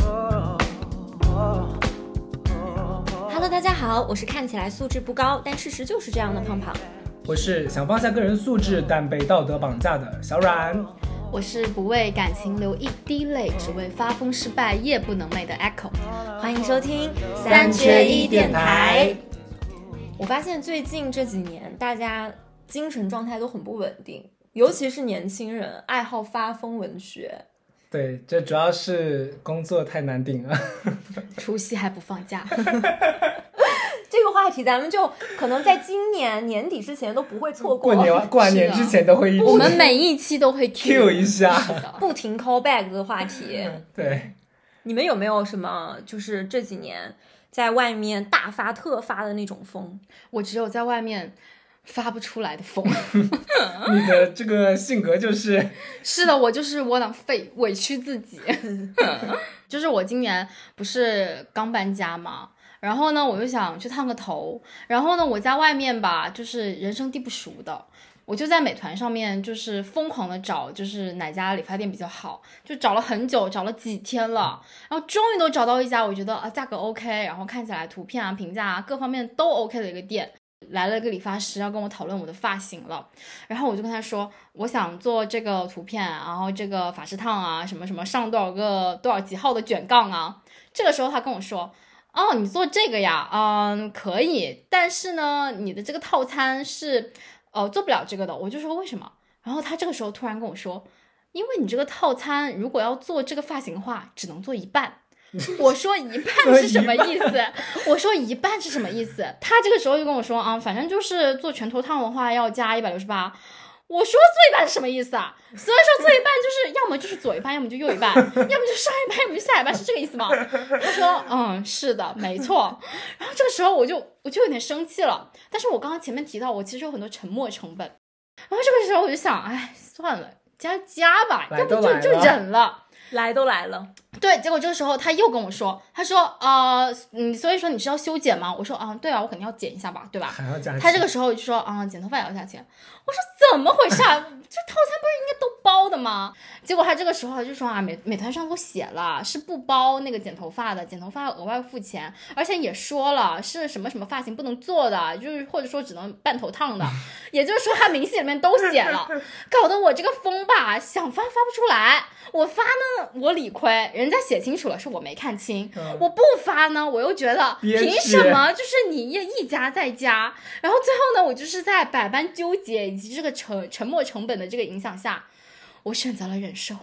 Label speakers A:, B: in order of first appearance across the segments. A: 哦
B: 好，我是看起来素质不高，但事实就是这样的胖胖。
A: 我是想放下个人素质，但被道德绑架的小阮。
C: 我是不为感情流一滴泪，只为发疯失败夜不能寐的 Echo。
B: 欢迎收听
A: 三嗯缺一电台。
B: 我发现最近这几年，大家精神状态都很不稳定，尤其是年轻人爱好发疯文学。
A: 对，这主要是工作太难顶了。
C: 除夕还不放 假，
B: 这个话题咱们就可能在今年年底之前都不会错过，
A: 过年完过完年之前都会一直
C: 我们每一期都会
A: Q 一下
C: 是的，
B: 不停 call back 的话题。
A: 嗯对，
B: 你们有没有什么就是这几年在外面大发特发的那种疯？
C: 我只有在外面发不出来的疯。
A: 你的这个性格就是
C: 是的，我就是窝囊废，委屈自己。就是我今年不是刚搬家嘛，然后呢，我就想去烫个头，然后呢，我家外面吧，就是人生地不熟的。我就在美团上面，就是疯狂的找，就是哪家理发店比较好，就找了很久，找了几天了，然后终于都找到一家，我觉得啊价格 OK，然后看起来图片啊、评价啊各方面都 OK 的一个店。来了个理发师要跟我讨论我的发型了，然后我就跟他说，我想做这个图片，啊然后这个法式烫啊，什么什么上多少个多少几号的卷杠啊。这个时候他跟我说，哦，你做这个呀，嗯，可以，但是呢，你的这个套餐是，呃，做不了这个的。我就说为什么？然后他这个时候突然跟我说，因为你这个套餐如果要做这个发型的话，只能做一 半。我说一半是什么意思？我说一半是什么意思？他这个时候又跟我说啊，反正就是做全头烫的话要加一百六十八。我说做一半是什么意思啊？所以说做一半就是要么就是左一半，要么就右一半，要么就上一半，要么就下一半，是这个意思吗？他说嗯，是的，没错。 然后这个时候我就我就有点生气了，但是我刚刚前面提到我其实有很多沉默成本，然后这个时候我就想，哎，算了，加加吧，
A: 来
C: 要不
A: 都
C: 就
A: 来
C: 就
A: 了
C: 忍了。
B: 来都来了，
C: 对，结果这个时候他又跟我说，他说，呃，嗯，所以说你是要修剪吗？我说，啊，对啊，我肯定要剪一下吧，对吧？
A: 还要加
C: 他这
A: 钱
C: 个时候就说，啊、剪头发也要加钱。我说怎么回事啊？这套餐不是应该都包的吗？结果他这个时候他就说啊，美美团上都写了是不包那个剪头发的，剪头发要额外付钱，而且也说了是什么什么发型不能做的，就是或者说只能半头烫的，也就是说他明细里面都写了，搞得我这个疯吧想发发不出来，我发呢我理亏，人家写清楚了是我没看清，
A: 嗯
C: 我不发呢我又觉得
A: 憋
C: 凭
A: 屈
C: 什么就是你也一加再加，然后最后呢我就是在百般纠结以及这个沉沉没成本的这个影响下，我选择了忍受。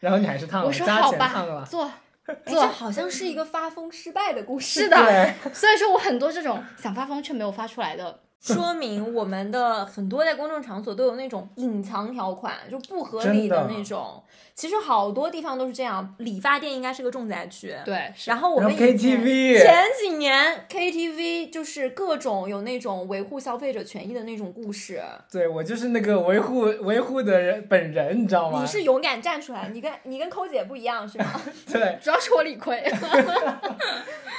A: 然后你还是烫
C: 我
A: 了，
C: 说
A: 啊加
C: 好
A: 钱烫
C: 吧，
A: 了，
C: 做
B: 哎，
C: 做
B: 这。好像是一个发疯失败的故事。
C: 是的
A: 对，
C: 所以说我很多这种想发疯却没有发出来的，
B: 说明我们的很多在公众场所都有那种隐藏条款，就不合理的那种。其实好多地方都是这样，理发店应该是个重灾区。，
C: 对，是
B: 然后我
A: 然
B: 们
A: 后
B: 以前
A: KTV
B: 前几年 KTV 就是各种有那种维护消费者权益的那种故事，
A: 对我就是那个维护维护的人本人，你知道吗？
B: 你是勇敢站出来，你跟你跟抠姐不一样是 吗？
A: 对，
C: 主要是我理亏，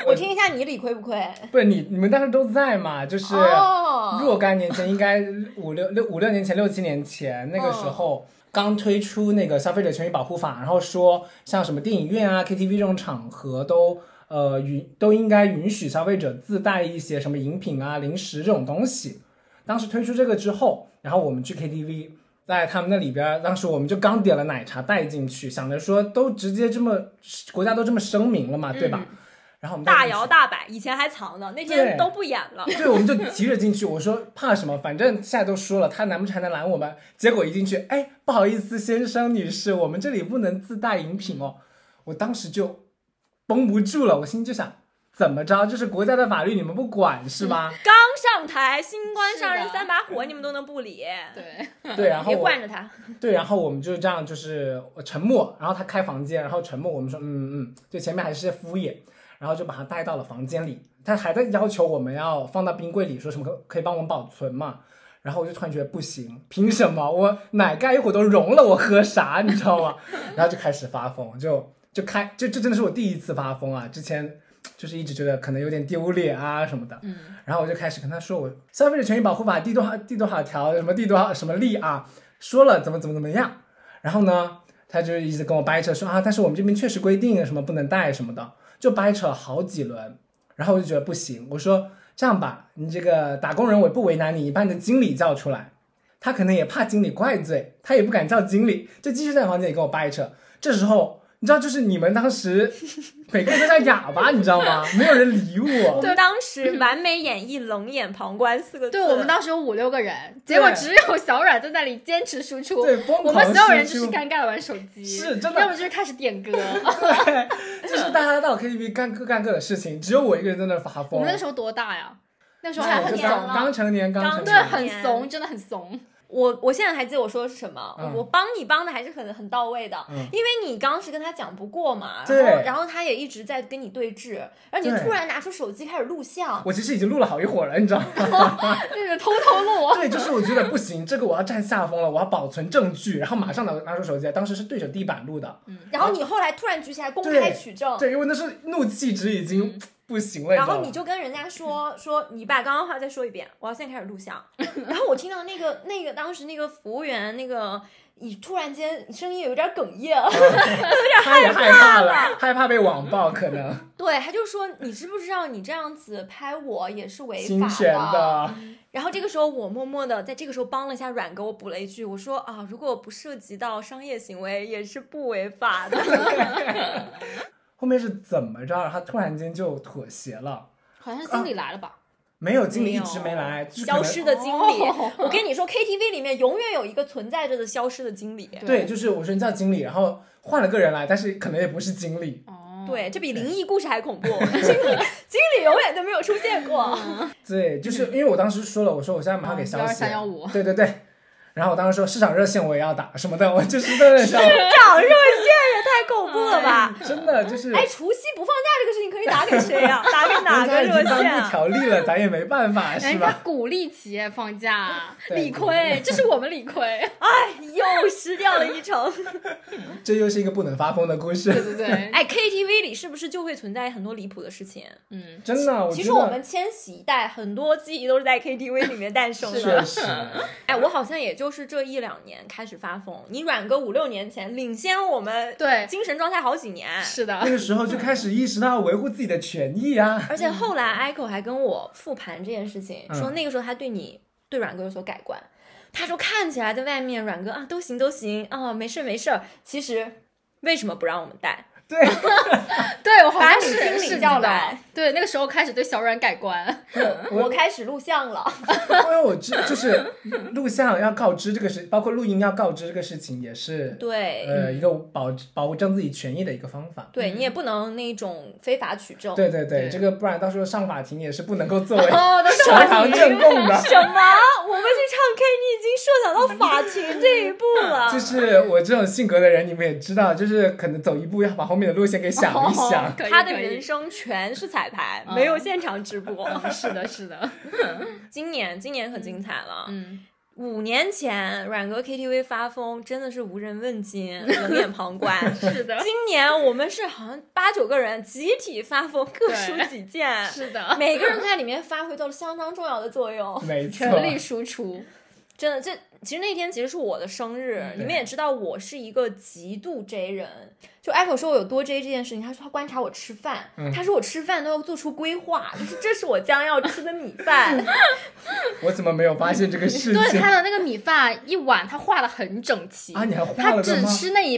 B: 我听一下你理亏不亏？
A: 不是你你们当时都在嘛？就是啊
B: 哦，
A: 若干年前，应该五六六五六年前、六七年前那个
B: 哦
A: 时候。刚推出那个消费者权益保护法，然后说像什么电影院啊、KTV 这种场合都呃允都应该允许消费者自带一些什么饮品啊、零食这种东西。当时推出这个之后，然后我们去 KTV，在他们那里边儿，当时我们就刚点了奶茶带进去，想着说都直接这么国家都这么声明了嘛，对吧？然后我们
B: 嗯
A: 带
B: 大
A: 进去
B: 摇大摆，以前还藏呢，那天
A: 对
B: 都不演了。
A: 对，我们就急着进去。我说怕什么？反正现在都说了，他难不成还能拦我们？结果一进去，哎，不好意思，先生女士，我们这里不能自带饮品哦。我当时就绷不住了，我心里就想，怎么着？这是国家的法律，你们不管是吧？
B: 刚上台，新官上任
C: 是的
B: 三把
A: 嗯
B: 火，你们都能不理？
C: 对，
A: 对，然后
B: 别
A: 我
B: 惯着他。
A: 对，然后我们就这样，就是沉默，然后他开房间，然后沉默，我们说嗯嗯，就前面还是敷衍，然后就把他带到了房间里，他还在要求我们要放到冰柜里，说什么可可以帮我们保存嘛，然后我就突然觉得不行，凭什么我奶盖一会儿都融了，我喝啥你知道吗？ 然后就开始发疯，就就开，这这真的是我第一次发疯啊，之前。就是一直觉得可能有点丢脸啊什么的，嗯，然后我就开始跟他说我消费者权益保护法第多少第多少条什么第多少什么例啊，说了怎么怎么怎么样，然后呢，他就一直跟我掰扯说啊，但是我们这边确实规定什么不能带什么的，就掰扯好几轮。然后我就觉得不行，我说这样吧，你这个打工人我不为难你，你把你的经理叫出来。他可能也怕经理怪罪，他也不敢叫经理，就继续在房间里跟我掰扯。这时候，你知道，就是你们当时每个人都在哑巴，你知道吗？没有人理
B: 我
A: 我。
B: 们当时完美演绎“冷眼旁观”四个字。
C: 对我们当时有五六个人，结果
A: 对
C: 只有小阮在那里坚持输出，
A: 对，疯
C: 我
A: 狂
C: 们所有人就
A: 输
C: 是
A: 出
C: 尴尬的玩手机，
A: 是真的
C: 要么就是开始 点歌。
A: 对，就是大家到 KTV 干各干各的事情，只有我一个人在那儿发
C: 我
A: 疯。
C: 们那时候多大呀？那时候
A: 那
C: 还
A: 我
C: 很
A: 就
B: 成年了
A: 刚
C: 怂，
A: 刚成年，刚
B: 刚
A: 成
C: 对，
A: 年。
C: 很
B: 年
C: 怂，真的很怂。
B: 我我现在还记得我说的是什么，
A: 嗯
B: 我帮你帮的还是很很到位的，
A: 嗯
B: 因为你刚是跟他讲不过嘛，
A: 对
B: 然后然后他也一直在跟你对峙，然后你
A: 对
B: 突然拿出手机开始录像，
A: 我其实已经录了好一会儿了，你知道吗？
C: 对对，偷 偷录。
A: 对，就是我觉得不行，这个我要占下风了，我要保存证据，然后马上拿拿出手机来。当时是对着地板录的，
B: 然后你后来突然举起来公
A: 啊对
B: 开取证，
A: 对，因为那是怒气值已经不行了，
B: 哦然后
A: 你
B: 你
A: 知
B: 就
A: 道吗？
B: 跟人家说说，你把刚刚话再说一遍，我要现在开始录像。然后我听到那个那个当时那个服务员那个，你突然间声音有点哽咽了，
A: 嗯他也害怕了，害怕被网暴，可能
B: 对，他就说你知不知道你这样子拍我也是违
A: 侵
B: 法
A: 权
B: 的。
A: 的，
B: 然后这个时候我默默的在这个时候帮了一下阮哥，我补了一句，我说啊，如果不涉及到商业行为也是不违法的。
A: 后面是怎么着？他突然间就妥协了，
C: 好像是经理来了吧？
A: 没有经理一直没来，就是可
B: 消
A: 能
B: 失的经理，
C: 哦
B: 我跟你说，KTV 里面永远有一个存在着的消失的经理。
A: 对，就是我说你叫经理，然后换了个人来，但是可能也不是经理，
C: 哦，
B: 嗯对，这比灵异故事还 恐怖。经理经理永远都没有出现过。
A: 对，就是
B: 嗯
A: 因为我当时说了，我说我现在马
B: 哦
A: 上给消息，
C: 12315
A: 对对对，然后我当时说市场热线我也要打什么的，我就是在那想，
B: 长热线也太恐怖了吧！
A: 真的就是
B: 哎，除夕不放假这个事情可以打给谁 呀、打给哪
A: 人
B: 个
A: 家已
B: 热
A: 经
B: 线
A: 颁布
B: 啊？
A: 条例了，咱也没办法，是
C: 哦人家
A: 吧？
C: 鼓励企业放假，
A: 对
C: 理亏，这是我们理亏。
B: 哎，又失掉了一城。
A: 这又是一个不能发疯的故
C: 对
A: 事，
C: 对对，
B: 哎，KTV 里是不是就会存在很多离谱的事情？
C: 嗯，
A: 真的，
B: 其
A: 觉
B: 实我
A: 得
B: 们千禧一代很多记忆都是在 KTV 里面诞生
A: 确
B: 的。
A: 实，
B: 哎，我好像也就是这一两年开始发疯，你软哥五六年前领先我们
C: 对，
B: 精神状态好几年。
C: 是
A: 那
C: 的，
A: 个时候就开始意识到要维护自己的权益啊，
B: 而且后来 Echo 还跟我复盘这件事情，
A: 嗯
B: 说那个时候他对你对阮哥有所改观。他说看起来在外面阮哥啊都行都行啊没事儿没事儿，其实为什么不让我们带？
A: 对，
C: 对我好
B: 把
C: 像
B: 你
C: 是
B: 经理
C: 是
B: 叫
C: 叫的
B: 来。
C: 对，那个时候开始对小阮改观。
B: 我开始录像了，
A: 因为我知就是录像要告知这个事，包括录音要告知这个事情，也是
B: 对、
A: 呃一个保保证自己权益的一个方法。
B: 对，你也不能那种非法取证。
A: 嗯对对对，
C: 对
A: 这个不然到时候上法庭也是不能够作为
C: 哦，都是
A: 呈堂证供的。
B: 什么？我们去唱 K，你已经设想到法庭这一步了？
A: 就是我这种性格的人，你们也知道，就是可能走一步要把后面的路线给想一想。
C: 哦可以
B: 他的
C: 可以
B: 人生全是彩排，
C: 嗯
B: 没有现场直播。
C: 嗯 是的，是的，
B: 今年今年可精彩了，
C: 嗯，
B: 五年前，阮哥 KTV 发疯，真的是无人问津，冷眼旁 观。
C: 是的，
B: 今年我们是好像八九个人集体发疯，各抒己见，
C: 是的，
B: 每个人在里面发挥到了相当重要的作用。
A: 没错，
C: 全力输出，
B: 真的，这其实那天其实是我的生日，
C: 嗯
B: 你们也知道我是一个极度 J 人。就 Apple 说我有多 J 这件事情，他说他观察我吃饭，
C: 嗯
B: 他说我吃饭都要做出规划，就是这是我将要吃的米
C: 嗯
B: 饭。
A: 我怎么没有发现这个事
C: 对
A: 情
C: 他的那个米饭一碗，他画的很整齐，
A: 啊？你还画
C: 他
A: 了个
C: 只
A: 吗？
C: 吃那一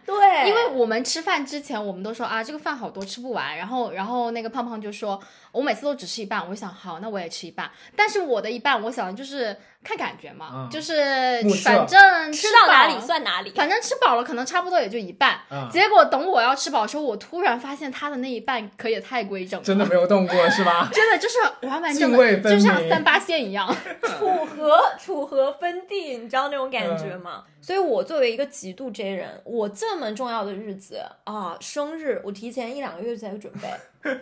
B: 对，
C: 因为我们吃饭之前，我们都说啊，这个饭好多吃不完。然后，然后那个胖胖就说，我每次都只吃一半。我想，好，那我也吃一半。但是我的一半，我想就是看感觉嘛，
A: 嗯
C: 就是
A: 目测
C: 反正
B: 吃到哪里
C: 饱
B: 算哪里。
C: 反正吃饱了可能差不多也就一半。
A: 啊
C: 结果等我要吃饱的时候，我突然发现他的那一半可也太规整了，
A: 真的没有动过是吧？
C: 真的就是完完整
A: 泾渭
C: 整，
A: 分
C: 就
A: 明
C: 像三八线 一样。
B: 楚河楚河分地，你知道那种感觉吗？嗯所以，我作为一个极度 J 人，我这么重要的日子啊，生日，我提前一两个月就在准备。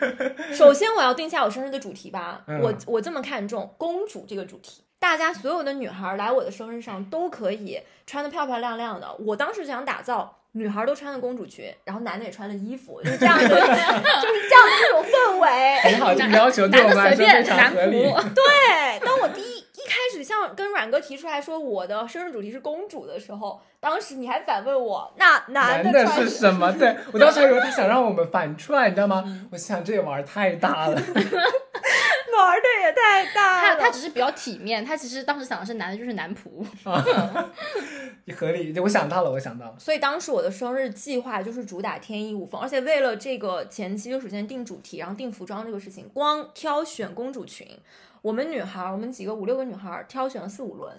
B: 首先，我要定下我生日的主题吧。
A: 嗯
B: 我我这么看重公主这个主题。大家所有的女孩来我的生日上都可以穿的漂漂亮亮的。我当时就想打造女孩都穿的公主裙，然后男的也穿了衣服，就是这样的，就是 这样的这种氛围。
A: 很好，这个要求对
C: 男
A: 我们来
C: 的随
A: 说
C: 便，
A: 非常
C: 男
A: 合理。
C: 仆，
B: 对，当我第一一一开始像跟阮哥提出来说我的生日主题是公主的时候，当时你还反问我，那男的
A: 男的
B: 穿
A: 是什么？对我当时还以为他想让我们反串，你知道吗？我想这玩儿太大
B: 玩
A: 了，
B: 的也太大
C: 他
B: 了。
C: 他只是比较体面，他其实当时想的是男的就是 男仆，
A: 合理。我想到了，我想到了。
B: 所以当时我的生日计划就是主打天衣无缝，而且为了这个前期就首先定主题，然后定服装这个事情，光挑选公主裙，我们女孩儿，我们几个五六个女孩儿挑选了四五轮，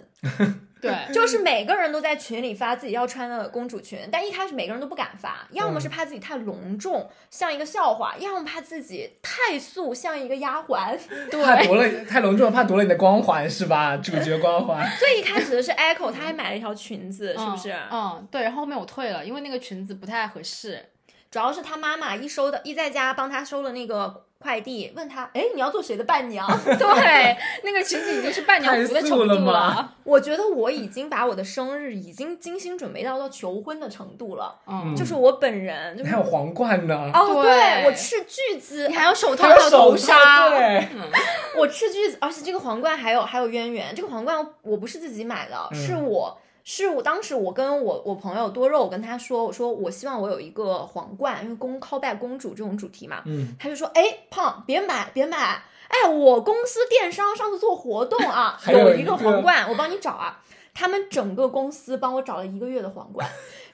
C: 对，
B: 就是每个人都在群里发自己要穿的公主裙，但一开始每个人都不敢发，要
C: 嗯
B: 么是怕自己太隆重，像一个笑话；要么怕自己太素，像一个丫鬟。
A: 怕夺了太隆重了，怕夺了你的光环是吧？主角光环。
B: 最一开始的是 Echo，她还买了一条裙子，是不是？
A: 啊
C: 嗯？嗯，对。然后后面我退了，因为那个裙子不太合适。
B: 主要是她妈妈一收的，一在家帮她收了那个快递，问她，哎，你要做谁的伴娘？
C: 对，那个裙子已经是伴娘服的
A: 太
C: 程
A: 素
C: 度
A: 了吗
B: 我觉得我已经把我的生日已经精心准备到到求婚的程度了，
C: 嗯，
B: 就是我本人，就
A: 你
B: 是
A: 还有皇冠呢，
B: 哦，对
C: 对
B: 我斥巨资，
C: 你还要手套，
A: 还有
C: 要
A: 手
C: 头
A: 套，
C: 纱，
A: 对，
B: 我斥巨资，而且这个皇冠还有还有渊源。这个皇冠我不是自己买的，是
A: 嗯
B: 我是我当时我跟我我朋友多肉，我跟他说，我说我希望我有一个皇冠，因为公 callback 公主这种主题嘛，
A: 嗯，，
B: 他就说，哎，胖别买别买，哎，我公司电商上次做活动啊
A: 还有
B: 一
A: 一个
B: 个皇冠，我帮你找啊。他们整个公司帮我找了一个月的 皇冠，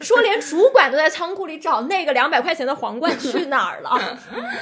B: 说连主管都在仓库里找那个两百块钱的皇冠去哪儿了。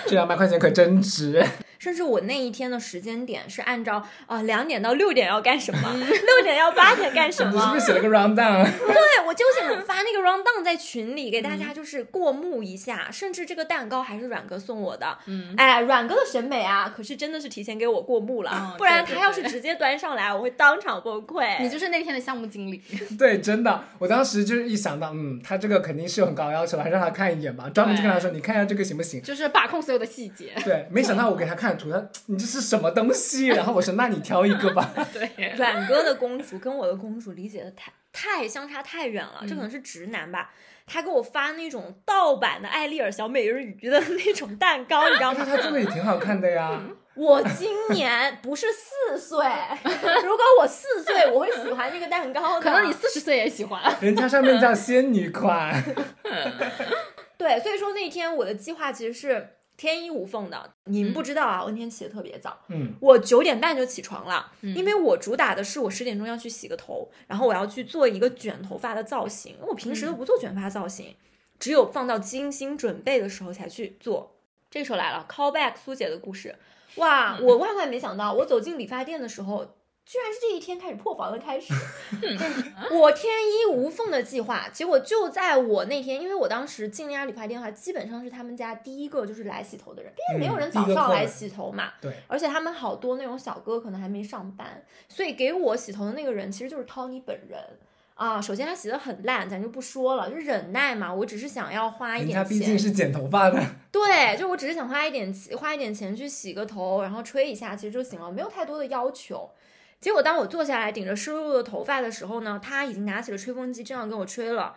A: 这两百块钱可真值。
B: 甚至我那一天的时间点是按照啊两、点到六点要干什
C: 嗯
B: 么，六点要八点 干什
A: 你是不
B: 么
A: 是。写了个 round down？
B: 对，我就想发那个 round down 在群里给大
C: 嗯
B: 家就是过目一下，甚至这个蛋糕还是阮哥送我的。
C: 嗯，
B: 哎，阮哥的审美啊，可是真的是提前给我过目了，
C: 哦
B: 不然
C: 对对
B: 他要是直接端上来，我会当场崩溃。
C: 你就是那天的项目经理，
A: 对，真的，我当时就是一想到，嗯，他这个肯定是有很高要求，还是让他看一眼吧，专门就跟他说，你看一下这个行不行？
C: 就是把控所有的细节。
A: 对，没想到我给他看图，他你这是什么东西？然后我说，那你挑一个 吧。
C: 对，
B: 阮哥的公主跟我的公主理解的太太相差太远了，这可
C: 嗯
B: 能是直男吧。他给我发那种盗版的艾丽尔小美人鱼的 那种蛋糕，你知道
A: 但
B: 吗
A: 是？他做的也挺好看 的呀，
B: 我今年不是四岁， 如果我四岁，我会喜欢这个蛋糕的。
C: 可能你四十岁也喜欢。
A: 人家上面叫仙女款，
B: 对，所以说那天我的计划其实是天衣无缝的。你们不知道
C: 嗯
B: 啊，我那天起得特别早，
A: 嗯，
B: 我九点半就起床了，
C: 嗯
B: 因为我主打的是我十点钟要去洗个头，然后我要去做一个卷头发的造型。我平
C: 嗯
B: 时都不做卷发造型，只有放到精心准备的时候才去做。这时候来了，callback 苏姐的故事，哇！我万万没想到，我走进理发店的时候，居然是这一天开始破防的开始。 我天衣无缝的计划，结果就在我那天，因为我当时进那家理发店的话，基本上是他们家第一个就是来洗头的人，因为没有人
A: 嗯第一
B: 早
A: 个
B: 上
A: 客
B: 来
A: 人
B: 洗头嘛。
A: 对。
B: 而且他们好多那种小哥可能还没上班，所以给我洗头的那个人其实就是 Tony 本人。啊，首先他洗的很烂，咱就不说了，就忍耐嘛。我只是想要花一
A: 人
B: 点
A: 家
B: 钱，
A: 毕竟是剪头发的，
B: 对，就我只是想花一点钱花一点钱去洗个头，然后吹一下，其实就行了，没有太多的要求。结果当我坐下来顶着湿漉漉的头发的时候呢，他已经拿起了吹风机，正要跟我吹了。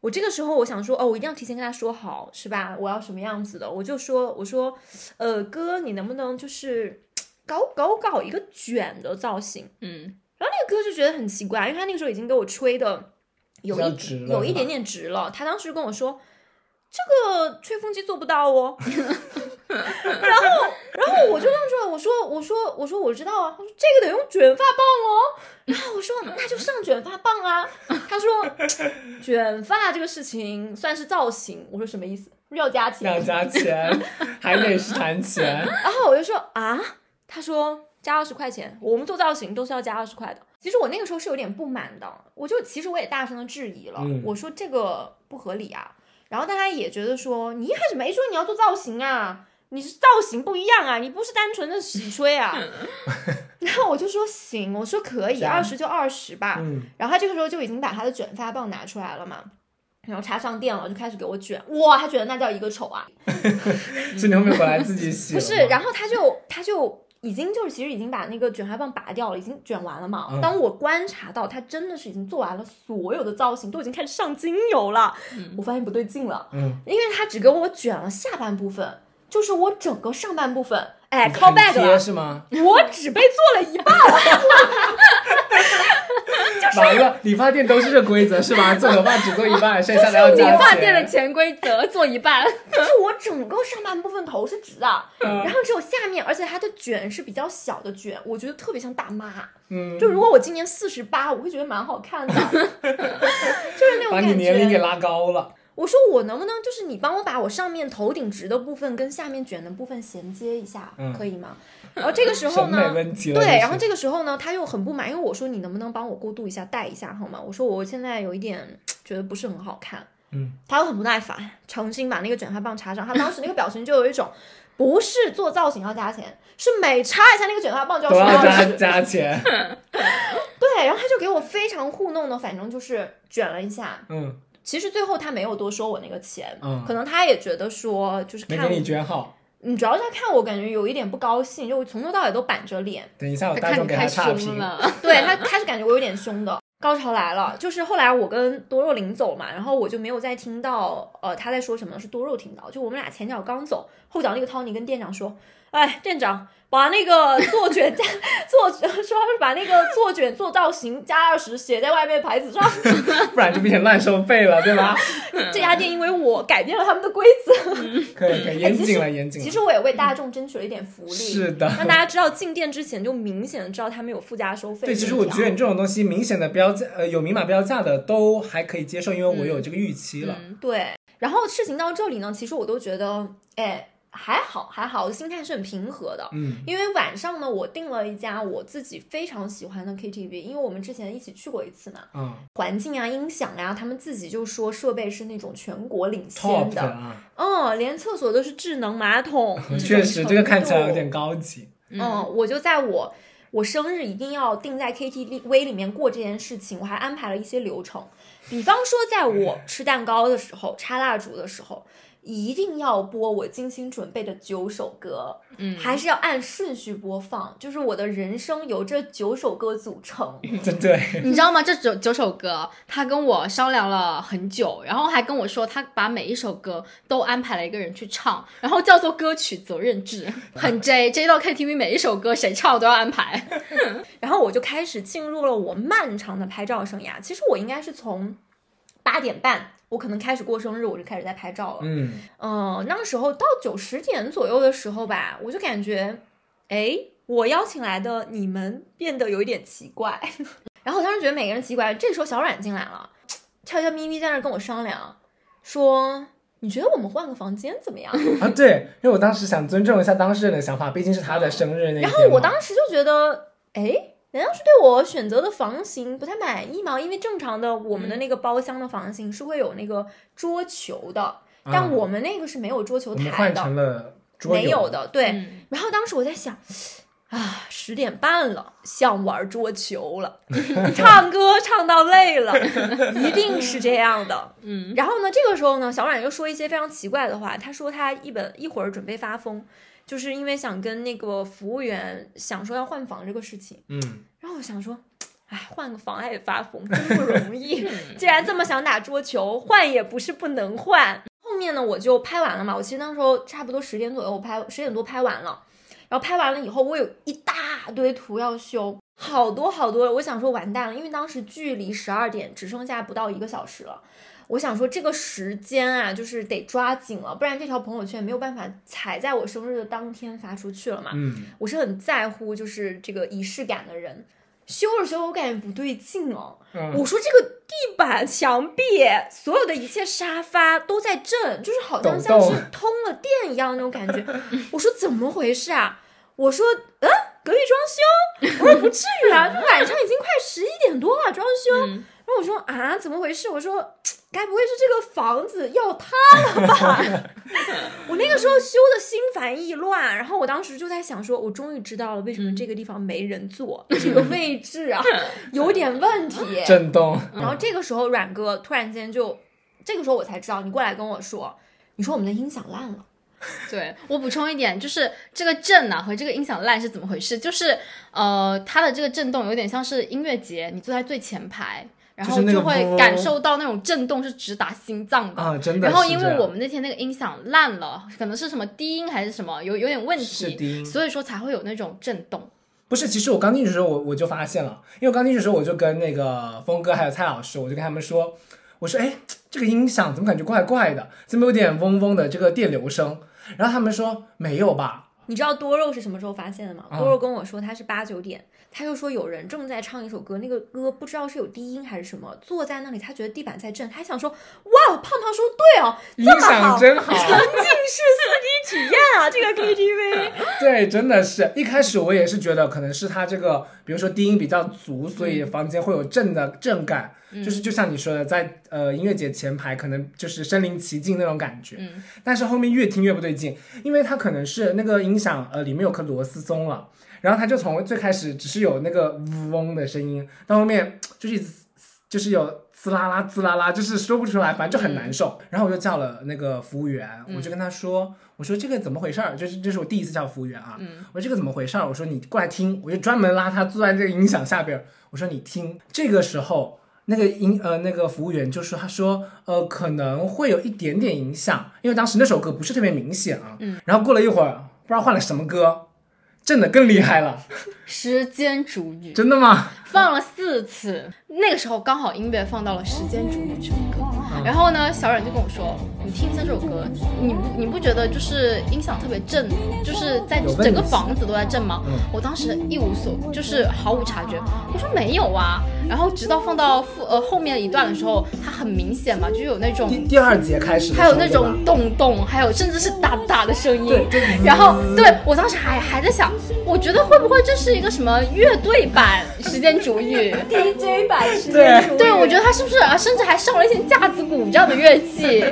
B: 我这个时候我想说，哦，我一定要提前跟他说好，是吧？我要什么样子的，我就说，我说，呃，哥，你能不能就是搞搞搞一个卷的造型？
C: 嗯，
B: 然后那个哥就觉得很奇怪，因为他那个时候已经给我吹的有
A: 比较
B: 一
A: 直了
B: 有
A: 是
B: 一
A: 吧
B: 点点直了。他当时跟我说，这个吹风机做不到哦。 然后，然后我就愣住了，我说，我说，我说我知道啊。他说这个得用卷发棒哦。然后我说那就上卷发棒啊。他说 卷发这个事情算是造型。我说什么意思？要加钱？
A: 要加钱，还得是谈钱。
B: 然后我就说啊，他说加二十块钱，我们做造型都是要加二十块的。其实我那个时候是有点不满的，我就其实我也大声的质疑了，
A: 嗯
B: 我说这个不合理啊。然后大家也觉得说，你一开始没说你要做造型啊，你是造型不一样啊，你不是单纯的洗吹 啊。然后我就说行，我说可以，
A: 行
B: 二十就二十吧。
A: 嗯，
B: 然后他这个时候就已经把他的卷发棒拿出来了嘛，然后插上电了，就开始给我卷。哇，他卷的那叫一个丑啊！
A: 所以你后面回来自己洗了
B: 不
A: 吗。
B: 是，然后他就他就已经就是其实已经把那个卷发棒拔掉了，已经卷完了嘛。
A: 嗯
B: 当我观察到他真的是已经做完了所有的造型，都已经开始上精油了，我发现不对劲了，
A: 嗯，
B: 因为他只给我卷了下半部分，就是我整个上半部分，哎
A: 很
B: ，call back
A: 贴
B: 了，
A: 是吗？
B: 我只被做了一半。就是
A: 完了，理发店都是这规则是吧？做头发只做一半，剩下的要
C: 理
A: 加
C: 发
A: 钱
C: 店的潜规则做一半，
A: 哦
B: 就是我整个上半部分头是直的，
A: 嗯
B: 然后只有下面，而且它的卷是比较小的卷，我觉得特别像大妈。
A: 嗯，
B: 就如果我今年四十八，我会觉得蛮好 看的，就是那种
A: 把
B: 感
A: 你
B: 觉。
A: 年龄给拉高了。
B: 我说我能不能就是你帮我把我上面头顶直的部分跟下面卷的部分衔接一下，
A: 嗯
B: 可以吗？然后这个时候
A: 审美
B: 呢，
A: 问题了，
B: 对，
A: 是
B: 然后这个时候呢，他又很不满，因为我说你能不能帮我过渡一下，带一下好吗？我说我现在有一点觉得不是很好看，
A: 嗯，
B: 他又很不耐烦，重新把那个卷发棒插上，他当时那个表情就有一种。不是做造型要加钱，是每插一下那个卷发棒就要
A: 都
B: 收
A: 要
B: 二
A: 加
B: 十。
A: 加钱，
B: 对，然后他就给我非常糊弄的，反正就是卷了一下。
A: 嗯
B: 其实最后他没有多收我那个钱，
A: 嗯
B: 可，能他也觉得说就是
A: 没
B: 看
A: 给你卷好。
B: 嗯，主要是他看我感觉有一点不高兴，就我从头到尾都板着脸。
A: 等一下，我
C: 他
A: 大
C: 看
A: 众
C: 你
A: 给
C: 太
A: 他差
C: 凶
A: 评。
C: 了。
B: 对他，他是感觉我有点凶的。高潮来了，就是后来我跟多肉临走嘛，然后我就没有再听到呃他在说什么，是多肉听到。就我们俩前脚刚走，后脚那个汤尼跟店长说：“哎，店长，把那个做卷加 做，说把那个做卷做造型加二十写在外面牌子 上。
A: 不然就变成乱收费了，对吧？
B: 这家店因为我改变了他们的规则，
A: 可以，可以，严谨了，严谨
B: 其
A: 了。
B: 实我也为大众争取了一点福利，
A: 是的，
B: 让大家知道进店之前就明显知道他们有附加收费这
A: 对，
B: 一条。
A: 其实我觉得你这种东西明显的标价，呃，有明码标价的都还可以接受，因为我有这个预期了。
C: 嗯
B: 对，然后事情到这里呢，其实我都觉得，哎，还好还好，我的心态是很平和的。
A: 嗯
B: 因为晚上呢，我订了一家我自己非常喜欢的 KTV，因为我们之前一起去过一次嘛，
A: 嗯
B: 环境啊、音响啊，他们自己就说设备是那种全国领先
A: ，top 的
B: 的，
A: 啊，
B: 嗯，连厕所都是智能马桶，这种
A: 确实这个看起来有
B: 程度
A: 点高级。
B: 嗯，我就在我我生日一定要定在 KTV 里面过这件事情，我还安排了一些流程，比方说在我吃蛋糕的时候、插蜡烛的时候，一定要播我精心准备的九首歌，
C: 嗯
B: 还是要按顺序播放，就是我的人生由这九首歌组成。
A: 真对，
C: 你知道吗？这九九首歌，他跟我商量了很久，然后还跟我说，他把每一首歌都安排了一个人去唱，然后叫做歌曲责任制， 很 J J 到 KTV 每一首歌谁唱都要安排。
B: 然后我就开始进入了我漫长的拍照生涯。其实我应该是从八点半，我可能开始过生日，我就开始在拍照了。
A: 嗯，
B: 嗯，那个时候到九十点左右的时候吧，我就感觉，哎，我邀请来的你们变得有一点奇怪。 然后我当时觉得每个人奇怪，这时候小阮进来了，悄悄咪咪在那儿跟我商量，说你觉得我们换个房间怎么样？
A: 啊对，因为我当时想尊重一下当事人的想法，毕竟是他的生日那一天嘛。
B: 然后我当时就觉得，哎，难道是对我选择的房型不太满意吗？因为正常的我
A: 嗯
B: 们的那个包厢的房型是会有那个桌球的，但
A: 嗯
B: 我们那个是没有桌球
A: 我们
B: 台
A: 换
B: 的，
A: 成了桌游，
B: 没有的，对。
C: 嗯
B: 然后当时我在想，啊，十点半了，像玩桌球了， 唱歌唱到累了，一定是这样的。
C: 嗯，
B: 然后呢，这个时候呢，小冉又说一些非常奇怪的话，他说他一本一会儿准备发疯，就是因为想跟那个服务员想说要换房这个事情。
A: 嗯，
B: 然后我想说。哎，换个房还得发疯，真不容易。既然这么想打桌球，换也不是不能换。后面呢，我就拍完了嘛。我其实那时候差不多十点左右，我拍十点多拍完了。然后拍完了以后，我有一大堆图要修，好多好多。我想说完蛋了，因为当时距离十二点只剩下不到一个小时了。我想说这个时间啊，就是得抓紧了，不然这条朋友圈没有办法踩在我生日的当天发出去了嘛。
A: 嗯，
B: 我是很在乎就是这个仪式感的人。修着修着，我感觉不对劲哦。
A: 嗯
B: 我说这个地板、墙壁，所有的一切沙发都在震，就是好像
A: 抖
B: 像
A: 动
B: 是通了电一样那种感觉。 我说怎么回事啊？我说，嗯，隔壁装修，我说不至于啊，晚上已经快十一点多了，装修。
C: 嗯
B: 然后我说啊，怎么回事？我说，该不会是这个房子要塌了吧？ 我那个时候修的心烦意乱，然后我当时就在想说，我终于知道了为什么这个地方没人坐，这个位置啊有点问题。
A: 震动，
B: 然后这个时候，阮哥突然间就，这个时候我才知道，你过来跟我说，你说我们的音响烂了。
C: 对我补充一点，就是这个震呐、和这个音响烂是怎么回事？就是呃，它的这个震动有点像是音乐节，你坐在最前排，然
A: 就
C: 后
A: 是那个
C: 就会
A: 嗡
C: 感受到那种震动是直达心脏的。
A: 啊，真的是这样。
C: 然后因为我们那天那个音响烂了，可能是什么低音还是什么，有有点问
A: 是
C: 题，
A: 低音
C: 所以说才会有那种震动。
A: 不是，其实我刚进去的时候，我我就发现了，因为我刚进去的时候，我就跟那个峰哥还有蔡老师，我就跟他们说，我说，哎，这个音响怎么感觉怪怪的？怎么有点嗡嗡的这个电流声？然后他们说没有吧？
B: 你知道多肉是什么时候发现的吗？
A: 嗯
B: 多肉跟我说他是八九点，他就说有人正在唱一首歌，那个歌不知道是有低音还是什么，坐在那里他觉得地板在震，他还想说哇，胖胖说对哦，
A: 音
B: 这么
A: 嗯响
B: 好，
A: 真好，
B: 沉浸式 4D 体验啊，这个 KTV。
A: 对，真的是一开始我也是觉得可能是它这个，比如说低音比较足，所
B: 嗯
A: 以房间会有震的震感，就是就像你说的，在呃音乐节前排可能就是身临其境那种感觉。
C: 嗯
A: 但是后面越听越不对劲，因为它可能是那个音响呃里面有颗螺丝松了，然后它就从最开始只是有那个嗡嗡的声音，到后面就是一直就是有滋啦啦滋啦啦，就是说不出来，反正就很
B: 嗯
A: 难受。然后我就叫了那个服务员，我就跟他说，我说这个怎么回事儿？就是这是我第一次叫服务员啊，
C: 嗯
A: 我说这个怎么回事儿？我说你过来听，我就专门拉他坐在这个音响下边儿，我说你听。这个时候。那个音呃，那个服务员就说，他说，呃，可能会有一点点影响，因为当时那首歌不是特别明显啊。嗯。然后过了一会儿，不知道换了什么歌，震的更厉害了。
C: 时间煮雨
A: 真的吗？
C: 放了四次，那个时候刚好音乐放到了《时间煮雨》这首歌，然后呢，小冉就跟我说：“你听一下这首歌，你你不觉得就是音响特别震，就是在
A: 有问题
C: 整个房子都在震吗？”我当时一无所，就是毫无察觉，我说没有啊。然后直到放到副呃后面一段的时候，它很明显嘛，就有那种
A: 第第二节开始的时候，
C: 还有那
A: 对吧
C: 种咚咚，还有甚至是哒哒的声音
A: 对就。
C: 然后对我当时还还在想，我觉得会不会这是一个什么乐队版《时间煮雨》？
B: DJ 版时
A: 对
B: 间
C: 对，我觉得他是不是啊，甚至还上了一些架子鼓这样的乐器。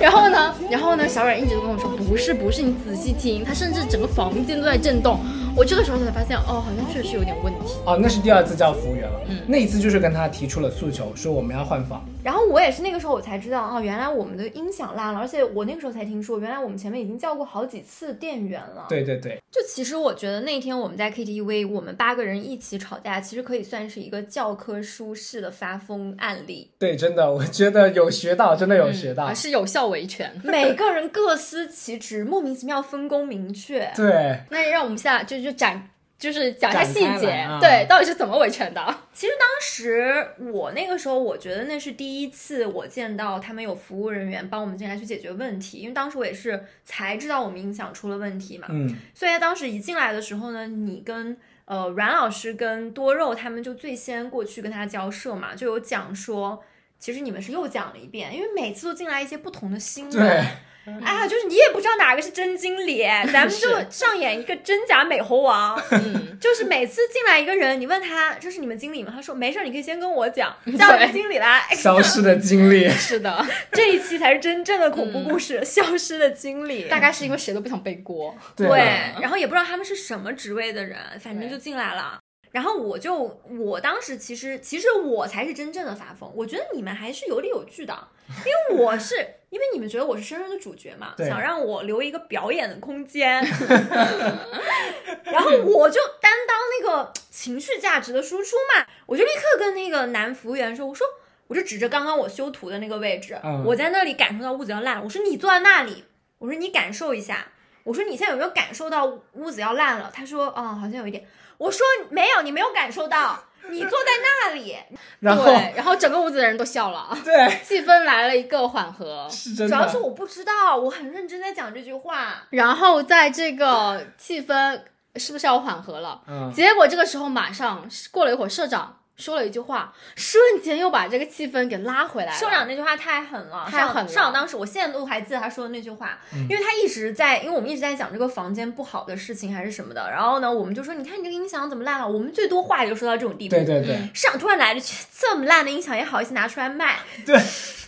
C: 然后呢，然后呢，小阮一直都跟我说不是不是，你仔细听，他甚至整个房间都在震动。我这个时候才发现，哦，好像确实有点问题。
A: 哦，那是第二次叫服务员了。嗯，那一次就是跟他提出了诉求，说我们要换房。
B: 然后我也是那个时候我才知道啊，原来我们的音响烂了，而且我那个时候才听说，原来我们前面已经叫过好几次店员了。，
A: 对对对，
B: 就其实我觉得那天我们在 KTV，我们八个人一起吵架，其实可以算是一个教科书式的发疯案例。
A: 对，真的，我觉得有学到，真的有学到。
C: 还啊是有效维权。
B: 每个人各司其职，莫名其妙分工明确。
A: 对，
C: 那让我们现在就就展，就是讲一下
A: 展
C: 细
A: 开
C: 节，
A: 来啊
C: 对，到底是怎么维权的？
B: 当时我那个时候，我觉得那是第一次我见到他们有服务人员帮我们进来去解决问题，因为当时我也是才知道我们音响出了问题嘛。
A: 嗯，
B: 所以他当时一进来的时候呢，你跟呃阮老师跟多肉他们就最先过去跟他交涉嘛，就有讲说，其实你们是又讲了一遍，因为每次都进来一些不同的新
A: 对
B: 人。，哎呀，就是你也不知道哪个是真经理，咱们就是上演一个真假美猴王。
C: 嗯。
B: 就是每次进来一个人，你问他这是你们经理吗？他说没事儿，你可以先跟我讲，叫我们经理来。哎
A: 消失的经历。
C: 是的，
B: 这一期才是真正的恐怖故事，消失的经理。
C: 大概是因为谁都不想背锅。
A: 对
B: 对，然后也不知道他们是什么职位的人，反正就进来了。然后我就，我当时其实其实我才是真正的发疯，我觉得你们还是有理有据的，因为 我是因为你们觉得我是生日的主角嘛，
A: 对
B: 想让我留一个表演的空 间，然后我就担当那个情绪价值的输出嘛，我就立刻跟那个男服务员说，我说我就指着刚刚我修图的那个位置，
A: 嗯
B: 我在那里感受到屋子要烂了，我说你坐在那里，我说你感受一下，我说你现在有没有感受到屋子要烂了？他说，哦，好像有一点。我说没有，你没有感受到，你坐在那里
A: 然后
C: 对， 然后整个屋子的人都笑了，
A: 对，
C: 气氛来了一个缓和。
A: 是 真
B: 主
A: 的。
B: 要是我不知道，我很认真在讲这句话。
C: 然后在这个气氛是不是要缓和了？
A: 嗯，
C: 结果这个时候马上过了一会儿，社长说了一句话，瞬间又把这个气氛给拉回来了。
B: 社长那句话太狠了，
C: 太狠了
B: 社长社长当时，我现在都还记得他说的那句话，
A: 嗯
B: 因为他一直在，因为我们一直在讲这个房间不好的事情还是什么的。然后呢，我们就说，你看你这个音响怎么烂了？我们最多话也就说到这种地步。
A: 对对对，
B: 社长突然来了句，这么烂的音响也好意思拿出来卖，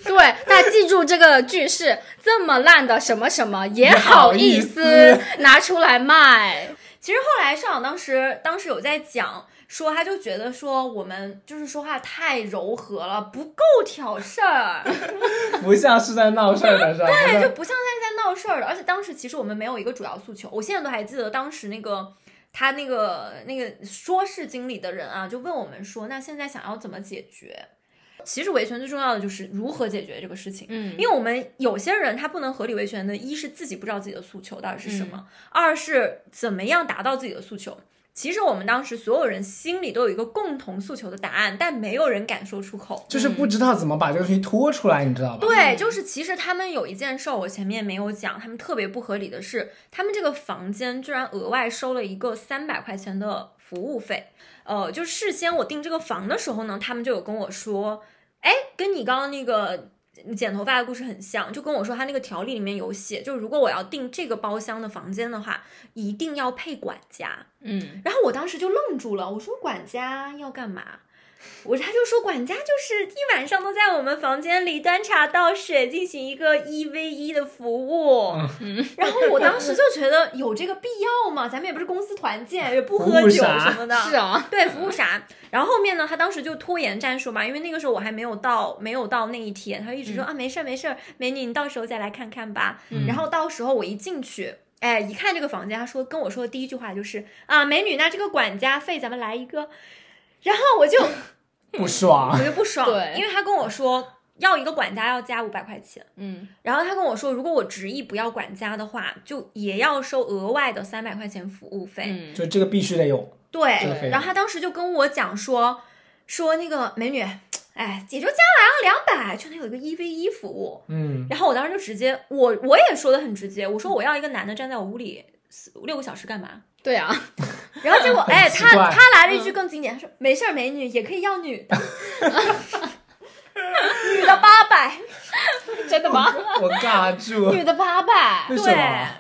C: 对大家记住这个句式，这么烂的什么什么也好意
A: 也
C: 思
A: 好意
C: 拿出来卖。
B: 其实后来社长当时当时有在讲说，他就觉得说我们就是说话太柔和了，不够挑事儿，
A: 不像是在闹事儿的是吧？
B: 嗯对，
A: 真
B: 就
A: 的
B: 不像在在闹事儿了。而且当时其实我们没有一个主要诉求，我现在都还记得当时那个。他那个那个说是经理的人啊，就问我们说，那现在想要怎么解决？其实维权最重要的就是如何解决这个事情。
C: 嗯
B: 因为我们有些人他不能合理维权的，一是自己不知道自己的诉求到底是什么，二是怎么样达到自己的诉求。其实我们当时所有人心里都有一个共同诉求的答案，但没有人敢说出口。
A: 就是不知道怎么把这个东西拖出来，你知道吧？
B: 对，就是其实他们有一件事儿，我前面没有讲，他们特别不合理的是，他们这个房间居然额外收了一个三百块钱的服务费。呃，就是事先我订这个房的时候呢，他们就有跟我说，哎，跟你刚刚那个剪头发的故事很像，就跟我说他那个条例里面有写，就如果我要订这个包厢的房间的话，一定要配管家。
C: 嗯，
B: 然后我当时就愣住了，我说管家要干嘛？我他就说管家就是一晚上都在我们房间里端茶倒水，进行一个一 v 一的服务。
A: 嗯
B: 然后我当时就觉得有这个必要吗？咱们也不是公司团建，也不喝
A: 服务
B: 酒
A: 啥
B: 什么的。
C: 是啊，
B: 对，服务啥？然后后面呢，他当时就拖延战术嘛，因为那个时候我还没有到，没有到那一天，他就一
C: 嗯
B: 直说、啊，没事儿没事儿，美女你到时候再来看看吧。然后到时候我一进去。哎，一看这个房间，他说跟我说的第一句话就是啊，美女，那这个管家费咱们来一个，然后我就
A: 不爽
B: 我。就不爽，
C: 对
B: 因为他跟我说要一个管家要加五百块钱，
C: 嗯，
B: 然后他跟我说如果我执意不要管家的话，就也要收额外的三百块钱服务费，
C: 嗯，
A: 就这个必须得有，这个
B: 对，
A: 费用
B: 然后他当时就跟我讲说，说那个美女，哎，也就加两两百，就能有一个一 v 一服务。
A: 嗯，
B: 然后我当时就直接，我我也说的很直接，我说我要一个男的站在我屋里四六个小时干嘛？
C: 对啊，
B: 然后结 果，哎，
A: 奇
B: 他
A: 怪
B: 他来了一句更经典，他说没事儿，美女也可以要女的， 女的八百，
C: 真的吗？
A: 我尬住，
C: 女的八百
A: 为，什
B: 对
A: 么？，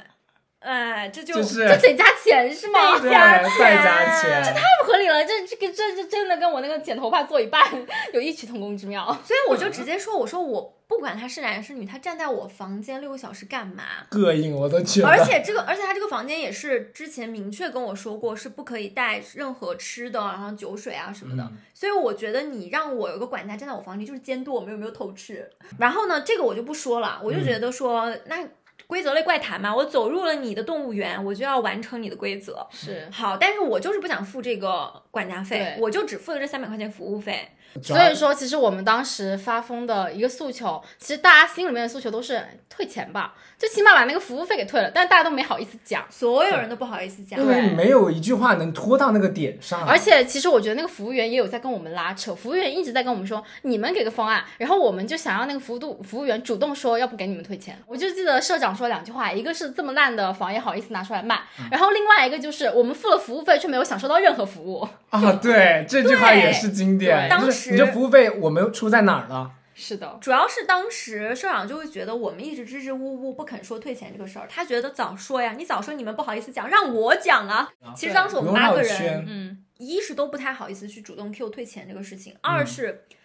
B: 哎，这就
A: 就是
C: 这得加钱是吗？
A: 对
B: 加钱
A: 再加
B: 这
A: 钱，
C: 不合理了，这这个这这真的跟我那个剪头发做一半有异曲同工之妙。
B: 所以我就直接说，我说我不管他是男是女，他站在我房间六个小时干嘛？
A: 膈应我都 觉得。
B: 而且这个，而且他这个房间也是之前明确跟我说过，是不可以带任何吃的，然后酒水啊什么的。
A: 嗯
B: 所以我觉得你让我有个管家站在我房里，就是监督我们有没有偷吃。然后呢，这个我就不说了，我就觉得说、那。规则类怪谈嘛，我走入了你的动物园，我就要完成你的规则。
C: 是，
B: 好，但是我就是不想付这个管家费
C: 对，
B: 我就只付了这三百块钱服务费。
A: 主
C: 所
A: 要
C: 以说其实我们当时发疯的一个诉求，其实大家心里面的诉求都是退钱吧，最起码把那个服务费给退了，但大家都没好意思讲。
B: 所有人都不好意思讲
A: 因，为没有一句话能拖到那个点上，
C: 而且其实我觉得那个服务员也有在跟我们拉扯，服务员一直在跟我们说你们给个方案，然后我们就想要那个服务度服务员主动说要不给你们退钱。我就记得社长说两句话，一个是这么烂的房也好意思拿出来卖，然后另外一个就是我们付了服务费却没有享受到任何服务。
A: 啊，对这句话也是经典。
C: 对
A: 就是
B: 当时
A: 你这服务费我们出在哪儿了？
C: 是的，
B: 主要是当时社长就会觉得我们一直支支吾吾不肯说退钱这个事儿，他觉得早说呀，你早说你们不好意思讲，让我讲啊。其实当时我
A: 不
B: 们
A: 用
B: 八
A: 绕
B: 个人，
A: 圈，
C: 嗯，
B: 一是都不太好意思去主动 Q 退钱这个事情，二是
A: 嗯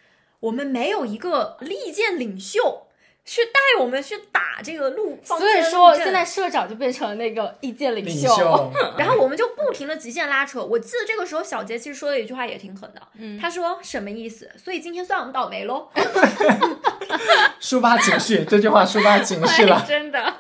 B: 我们没有一个利剑领袖去带我们去打这个路。
C: 所
B: 所
C: 以说现在。社长就变成了那个意见领
A: 领
C: 袖。
A: 袖，
B: 然后我们就不停的极限拉扯。我记得这个时候，小杰其实说了一句话也挺狠的，
C: 嗯。
B: 他说什么意思？所以今天算我们倒霉喽。
A: 抒发情绪，这句话抒发情绪了
C: 真的，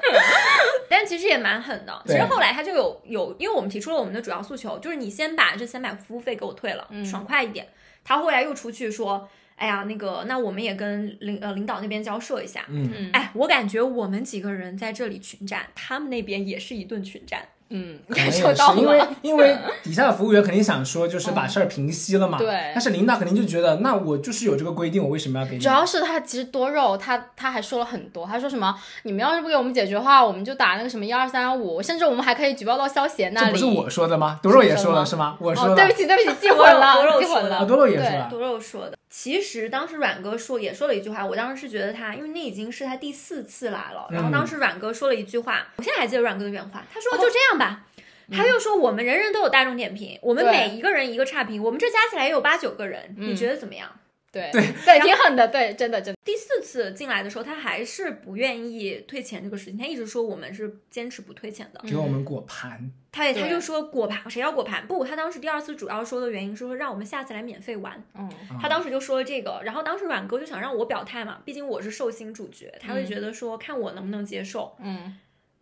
B: 但其实也蛮狠的。其
A: 对
B: 实后来他就有有，因为我们提出了我们的主要诉求，就是你先把这三百服务费给我退了，
A: 嗯
B: 爽快一点。他后来又出去说，哎呀，那个，那我们也跟领呃领导那边交涉一下。
A: 嗯，
C: 嗯
B: 哎，我感觉我们几个人在这里群战，他们那边也是一顿群战。
C: 嗯，
A: 可能
C: 感
A: 也
C: 受到
A: 是因为
C: 了，
A: 因为底下的服务员肯定想说，就是把事儿平息了嘛。
C: 对
A: 但是领导肯定就觉得，那我就是有这个规定，我为什么要给你？
C: 主要是他其实多肉，他他还说了很多，他说什么你们要是不给我们解决的话，我们就打那个什么幺二三五，甚至我们还可以举报到消协那
A: 这
C: 里。
A: 不是我说的吗？多肉也说了
C: 是
A: 是吗？我
C: 哦，
A: 说的
C: 对不，起对不起，记混 了，
B: 多肉
C: 记
B: 说
C: 混
B: 的
A: 啊，
C: 了。
A: 多肉也
C: 对
A: 说了，
B: 多肉说的。其实当时阮哥说也说了一句话，我当时是觉得他，因为那已经是他第四次来了。
C: 嗯
B: 然后当时阮哥说了一句话，我现在还记得阮哥的原话，他说就这样吧。他又说：“我们人人都有大众点评，我们
C: 哦嗯对
B: 每一个人一个差评，我们这加起来也有八九个人，
C: 嗯
B: 你觉得怎么样
C: 对对对，挺狠的，对，真的真的。？”
B: 第四次进来的时候，他还是不愿意退钱这个事情，他一直说我们是坚持不退钱的。
A: 给我们果盘。
B: 他也他
C: 嗯对
B: 就说果盘谁要果盘？不，他当时第二次主要说的原因是说让我们下次来免费玩。
C: 嗯，
B: 他当时就说了这个，然后当时阮哥就想让我表态嘛，毕竟我是寿星主角，他
A: 嗯
B: 会觉得说看我能不能接受。
C: 嗯，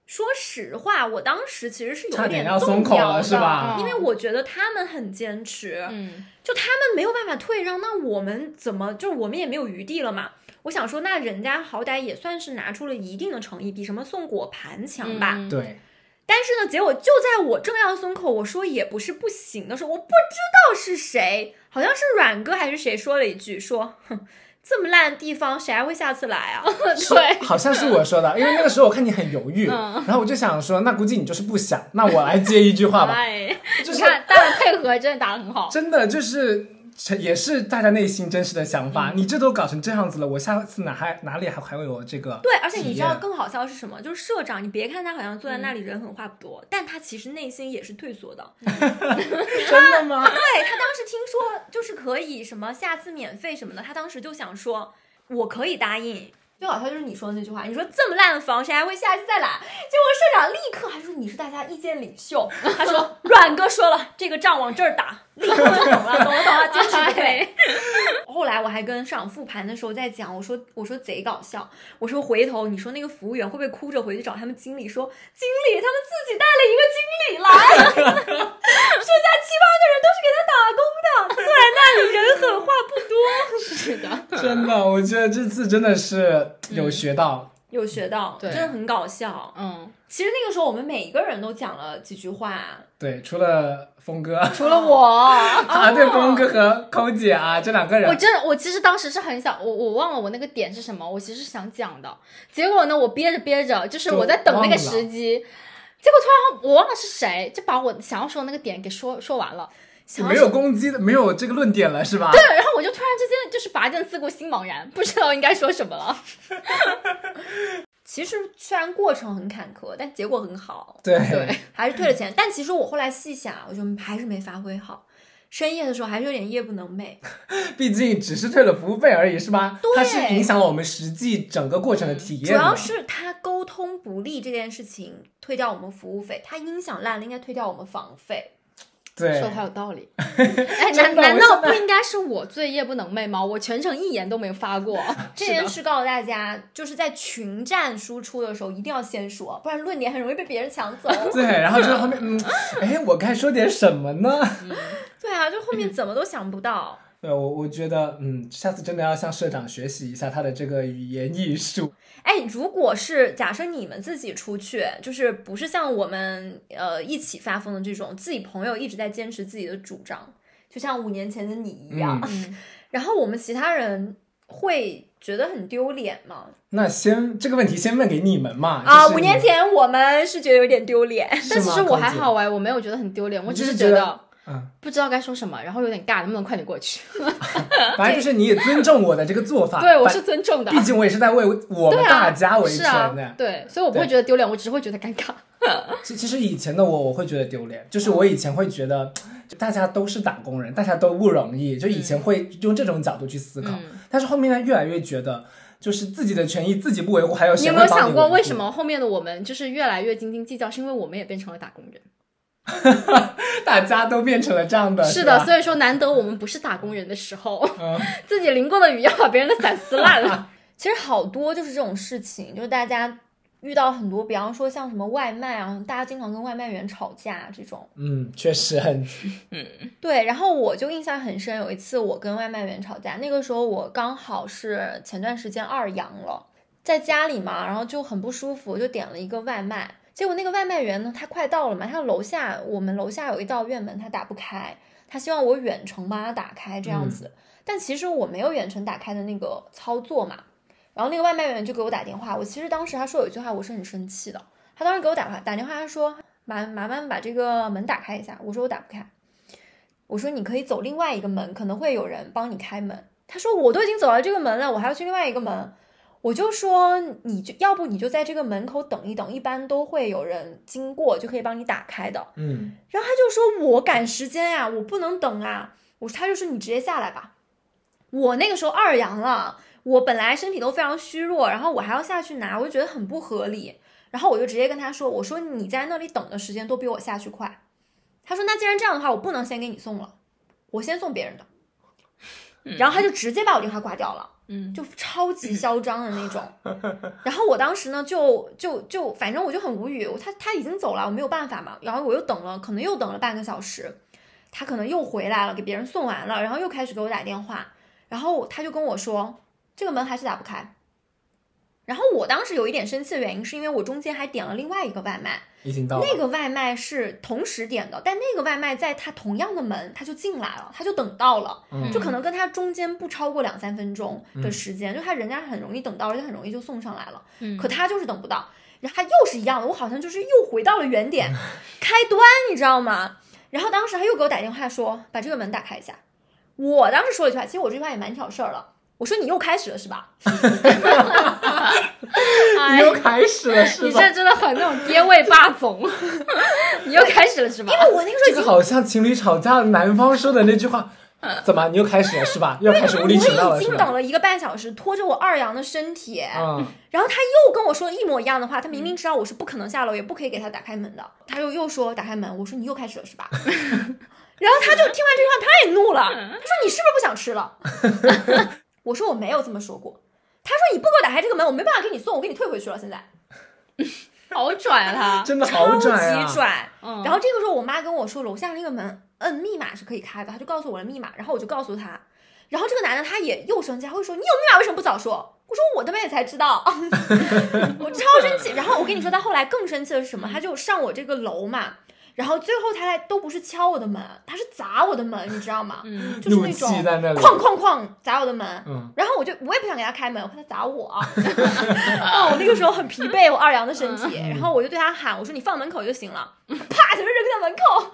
B: 说实话，我当时其实是有
A: 差点要
B: 动
A: 松口
B: 摇
A: 了
B: 的
A: 是吧？
B: 因为我觉得他们很坚
A: 呃
B: 持，
C: 嗯，
B: 就他们没有办法退让，那我们怎么就是我们也没有余地了嘛？我想说，那人家好歹也算是拿出了一定的诚意，比什么送果盘强吧。
C: 嗯
A: 对，
B: 但是呢，结果就在我正要松口，我说也不是不行的时候，我不知道是谁，好像是阮哥还是谁说了一句，说哼，这么烂的地方，谁还会下次来啊？
C: 对，
A: 好像是我说的，因为那个时候我看你很犹豫，
C: 嗯
A: 然后我就想说，那估计你就是不想，那我来接一句话吧。
C: 哎，
A: 就是
C: 你看大家配合真的打得很好，
A: 真的就是，这也是大家内心真实的想法。
C: 嗯
A: 你这都搞成这样子了，我下次哪还哪里还会有这 个？
B: 对，而且你
A: 体
B: 知道
A: 验嗯
B: 更好笑的是什么？就是社长，你别看他好像坐在那里人狠话不多，但他其实内心也是退缩的。
A: 真的吗？
B: 对他当时听说就是可以什么下次免费什么的，他当时就想说我可以答应。最好笑就是你说的那句话，你说这么烂的房，谁还会下次再来？结果社长立刻还说你是大家意见领袖，他说阮哥说了，这个仗往这儿打，立刻就懂了，懂了懂了，坚持不退。 后来我还跟社长复盘的时候在讲，我说我说贼搞笑，我说回头你说那个服务员会不会哭着回去找他们经理说，经理他们自己带了一个经理来， 剩下七八个人都是给他打工的，坐在那里人狠话不多，
C: 是的，
A: 真的，我觉得这次真的是有学到。
C: 嗯
B: 有学到，
C: 对
B: 真的很搞笑。
C: 嗯，
B: 其实那个时候我们每一个人都讲了几句话，
A: 对，除了峰哥
C: 除了哦我。
A: 啊，对，峰哥和抠姐啊这两个
C: 我
A: 人，
C: 真的，我其实当时是很想，我我忘了我那个点是什么，我其实是想讲的，结果呢，我憋着憋着，就是
A: 就
C: 我在等那
A: 忘
C: 个
A: 了
C: 时机，结果突然我忘了是谁，就把我想要说的那个点给说说完了，想要
A: 没有攻击的，没有这个论点了是吧？
C: 对，然后我就突然之间就是拔剑四顾心茫然，不知道应该说什么了。
B: 其实虽然过程很坎坷，但结果很好，
A: 对
C: 对，
B: 还是退了
A: 嗯
B: 钱。但其实我后来细想，我觉得还是没发挥好。深夜的时候还是有点夜不能寐，
A: 毕竟只是退了服务费而已是吧？
B: 对
A: 它是影响了我们实际整个过程的体验的。
B: 主要是他沟通不力这件事情退掉我们服务费，他音响烂了应该退掉我们房费。
A: 对
C: 说，的好有道 理。哎，难
A: 真的
C: 难
A: 我
C: 道
A: 现在
C: 不应该是我最夜不能寐吗？我全程一言都没有发 过。
B: 这件事告诉大家，就是在群战输出的时候一定要先说，不然论点很容易被别人抢 走。
A: 对，然后就在后面，嗯，哎，我该说点什么呢？
B: 对啊，就后面怎么都想不到。
A: 对我，我觉得，嗯，下次真的要向社长学习一下他的这个语言艺术。
B: 哎，如果是假设你们自己出去，就是不是像我们呃一起发疯的这种，自己朋友一直在坚持自己的主张，就像五年前的你一样。
C: 嗯，
B: 然后我们其他人会觉得很丢脸吗？
A: 那先这个问题先问给你们嘛。
B: 啊，
A: 就是
B: 五
A: 你
B: 年，前我们是觉得有点丢脸。
A: 是
C: 但其
A: 吗
C: 实我还，
A: 孔
C: 好哎，我没有觉得很丢脸，我
A: 你
C: 只
A: 就是是
C: 觉
A: 觉
C: 得
A: 姐嗯，
C: 不知道该说什么，然后有点尬，能不能快点过去？
A: 反正就是你也尊重我的这个做法。
C: 对，我
A: 啊反
C: 是尊重的。
A: 毕竟我也是在为我们
C: 对啊
A: 大家维
C: 是
A: 权
C: 啊
A: 的。，
C: 对，所以我不会
A: 对
C: 觉得丢脸，我只会觉得 尴尬。
A: 其其实以前的我，我会觉得丢脸，就是
C: 嗯
A: 我以前会觉得，就大家都是打工人，大家都不容易，就以前
C: 嗯
A: 会用这种角度去思考，但是后面呢，越来越觉得，就是自己的权益自己不维护，还有
C: 你
A: 谁
C: 有
A: 会
C: 没有
A: 帮
C: 想
A: 你
C: 过，
A: 维护
C: 为什么后面的我们就是越来越斤斤计较，是因为我们也变成了打工人？
A: 大家都变成了这样的？
C: 是
A: 吧
C: 的，所以说难得我们不是打工人的时候，
A: 呃啊嗯
C: 自己淋过的雨要把别人的伞撕烂了。
B: 其实好多就是这种事情，就是大家遇到很多，比方说像什么外卖啊，大家经常跟外卖员吵架这种。
A: 嗯，确实很
B: 对，然后我就印象很深，有一次我跟外卖员吵架，那个时候我刚好是前段时间二阳了，在家里嘛，然后就很不舒服，就点了一个外卖。结果那个外卖员呢，他快到了嘛，他楼下我们楼下有一道院门，他打不开，他希望我远程帮他打开这样子。但其实我没有远程打开的那个操作嘛。然后那个外卖员就给我打电话，我其实当时他说有一句话，我是很生气的。他当时给我打话打电话，他说麻麻烦把这个门打开一下，我说我打不开。我说你可以走另外一个门，可能会有人帮你开门。他说我都已经走到这个门了，我还要去另外一个门。我就说你就要不你就在这个门口等一等，一般都会有人经过就可以帮你打开的。
A: 嗯，
B: 然后他就说我赶时间呀、我不能等啊。我说他就说你直接下来吧。我那个时候二阳了，我本来身体都非常虚弱，然后我还要下去拿，我就觉得很不合理。然后我就直接跟他说，我说你在那里等的时间都比我下去快。他说那既然这样的话，我不能先给你送了，我先送别人的。然后他就直接把我电话挂掉了。
C: 嗯，
B: 就超级嚣张的那种。然后我当时呢，就就就反正我就很无语，我他他已经走了，我没有办法嘛。然后我又等了，可能又等了半个小时，他可能又回来了，给别人送完了，然后又开始给我打电话，然后他就跟我说这个门还是打不开。然后我当时有一点生气的原因，是因为我中间还点了另外一个外卖，
A: 已经到了
B: 那个外卖是同时点的，但那个外卖在他同样的门，他就进来了，他就等到了，
A: 嗯
B: 就可能跟他中间不超过两三分钟的时间，就他人家很容易等到，而且很容易就送上来了，
C: 嗯
B: 可他就是等不到，然后他又是一样的，我好像就是又回到了原 点，开端，你知道吗？然后当时他又给我打电话说，把这个门打开一下，我当时说了一句话，其实我这句话也蛮挑事儿了，我说你又开始了是吧？
C: 哎
A: 你又开始了是
C: 你
A: 吧？
C: 这真的很那种爹味霸总， 你又开始了是吧？
B: 因为我那个时候已
A: 这
B: 经
A: 个好像情侣吵架男方说的那句话，怎么你又开始了是吧？ 又开始无理取
B: 我
A: 闹了
B: 已
A: 是
B: 经等
A: 吧？
B: 了一个半小时，拖着我二阳的身体，
A: 嗯，
B: 然后他又跟我说一模一样的话。他明明知道我是不可能下楼，也不可以给他打开门的，他又又说打开门。我说你又开始了是吧？然后他就听完这句话，他也怒了，他说你是不是不想吃了？ 我说我没有这么说过。他说你不给我打开这个门，我没办法给你送，我给你退回去了。现在
C: 好拽啊他，
A: 真的好
B: 超
A: 拽啊！
B: 级拽。
C: 嗯，
B: 然后这个时候，我妈跟我说，楼下那个门摁密码是可以开的，她就告诉我了密码，然后我就告诉她，然后这个男的他也又生气，他会说你有密码为什么不早说？我说我他妈也才知道， 我超生气。然后我跟你说，他后来更生气的是什么？他就上我这个楼嘛，然后最后他来都不是敲我的门，他是砸我的门，你知道吗？
C: 嗯
B: 就是
A: 怒
B: 那种
A: 气在那里，
B: 哐哐哐砸我的门，
A: 嗯，
B: 然后我就我也不想给他开门，我怕他砸我。 哦，我那个时候很疲惫，我二阳的身
A: 嗯
B: 体，然后我就对他喊，我说你放门口就行了， 啪就扔在门口。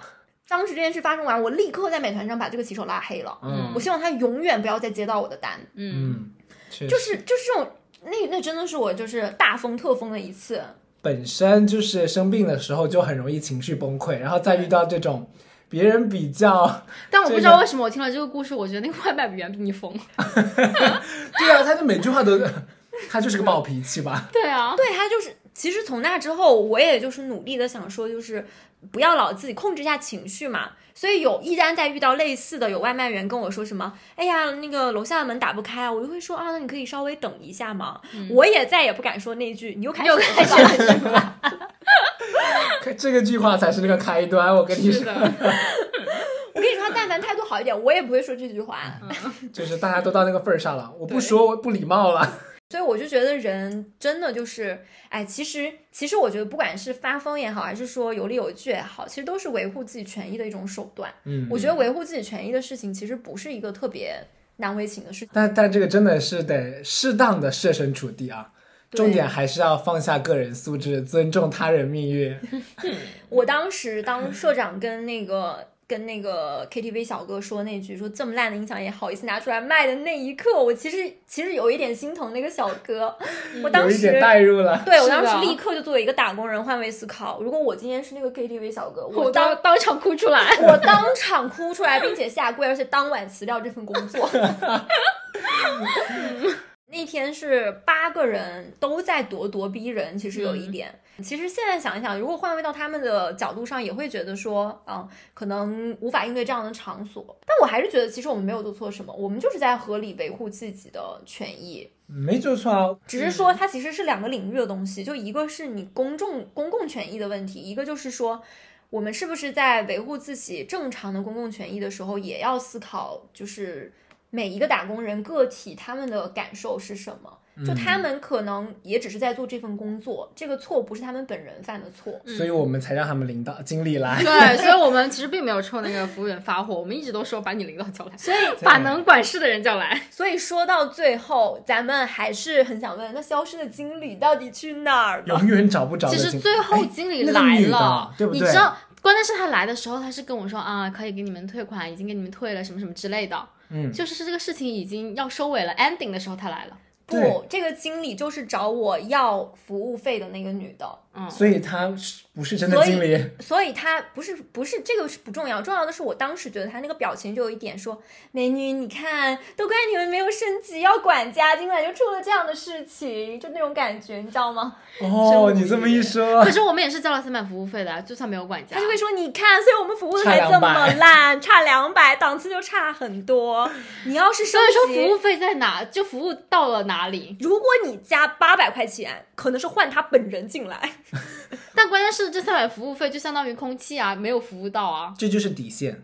B: 当时这件事发生完，我立刻在美团上把这个骑手拉黑了。
A: 嗯
B: 我希望他永远不要再接到我的单，
C: 嗯，
A: 嗯，确实
B: 就是就是这种。那那真的是我就是大疯特疯的一次，
A: 本身就是生病的时候就很容易情绪崩溃，然后再遇到这种别人比较，
C: 但我不知道为什么我听了这个故事，我觉得那个外卖员比你疯。
A: 对啊，他就每句话都， 他就是个暴脾气吧。
C: 对啊，
B: 对他就是，其实从那之后，我也就是努力的想说，就是不要老自己控制一下情绪嘛。所以有依然在遇到类似的，有外卖员跟我说什么，哎呀，那个楼下的门打不开啊，我就会说啊，那你可以稍微等一下嘛。我也再也不敢说那句，你又开始
C: 嗯又
B: 了
C: 开
B: 是
C: 始
B: 吧
C: 了，
A: 可这个句话才是那个开端，我跟你
C: 是
A: 说，
C: 的，
B: 我跟你说，他但凡态度好一点，我也不会说这句话。
C: 嗯
A: 就是大家都到那个份儿上了，我不说我不礼貌了。
B: 所以我就觉得人真的就是，哎，其实其实我觉得不管是发疯也好，还是说有理有据也好，其实都是维护自己权益的一种手段。
A: 嗯，
B: 我觉得维护自己权益的事情，其实不是一个特别难为情的事情。
A: 但但这个真的是得适当的设身处地啊，
B: 对
A: 重点还是要放下个人素质，尊重他人命运。
B: 我当时当社长跟那个跟那个 KTV 小哥说那句说这么烂的音响也好意思拿出来卖的那一刻，我其实其实有一点心疼那个小哥。我当
A: 有一
B: 时
A: 点代入了，
B: 对我
C: 嗯是的
B: 当时立刻就作为一个打工人换位思考，如果我今天是那个 KTV 小哥，
C: 我
B: 当
C: 当当场哭出来。
B: 我当场哭出来，并且下跪，而且当晚辞掉这份工作。嗯那天是八个人都在咄咄逼人，其实有一点。其实现在想一想，如果换位到他们的角度上，也会觉得说，啊、可能无法应对这样的场所。但我还是觉得，其实我们没有做错什么，我们就是在合理维护自己的权益。
A: 没做错啊。
B: 只是说它其实是两个领域的东西，就一个是你公众公共权益的问题，一个就是说我们是不是在维护自己正常的公共权益的时候，也要思考就是每一个打工人个体他们的感受是什么。就他们可能也只是在做这份工作，这个错不是他们本人犯的错。
A: 所以我们才让他们领导经理 来，
C: 对，所以我们其实并没有冲那个服务员发火，我们一直都说把你领导 叫来，
B: 所以，
C: 把能管事的人叫来。
B: 所以说到最后，咱们还是很想问，那消失的经理到底去哪儿了？
A: 永远找不着的
C: 其
A: 经理。哎
C: 实最后经理
A: 那个
C: 来
A: 女的
C: 了，
A: 对不
C: 你
A: 对
C: 知道，关键是他来的时候，他是跟我说啊，可以给你们退款，已经给你们退了什么什么之类的，
A: 嗯，
C: 就是这个事情已经要收尾了，ending 的时候他来了。
B: 不，这个经理就是找我要服务费的那个女的。
C: 嗯，
A: 所以他是不是真的
B: 所以
A: 经理？
B: 所以他不是不是这个是不重要，重要的是我当时觉得他那个表情就有一点说，美女，你看，都怪你们没有升级，要管家，今晚就出了这样的事情，就那种感觉，你知道吗？
A: 哦，
B: 真无
A: 你这么
B: 语
A: 一说
C: 可，是我们也是交了三百服务费的啊，就算没有管家
B: 他就，会说，你看，所以我们服务的
A: 差
B: 才这
A: 200
B: 么烂，差两百，档次就差很多。你要是升
C: 所以说
B: 级，
C: 服务费在哪，就服务到了哪里。
B: 如果你加八百块钱，可能是换他本人进来。
C: 但关键是这三百服务费就相当于空气啊，没有服务到啊。
A: 这就是底线，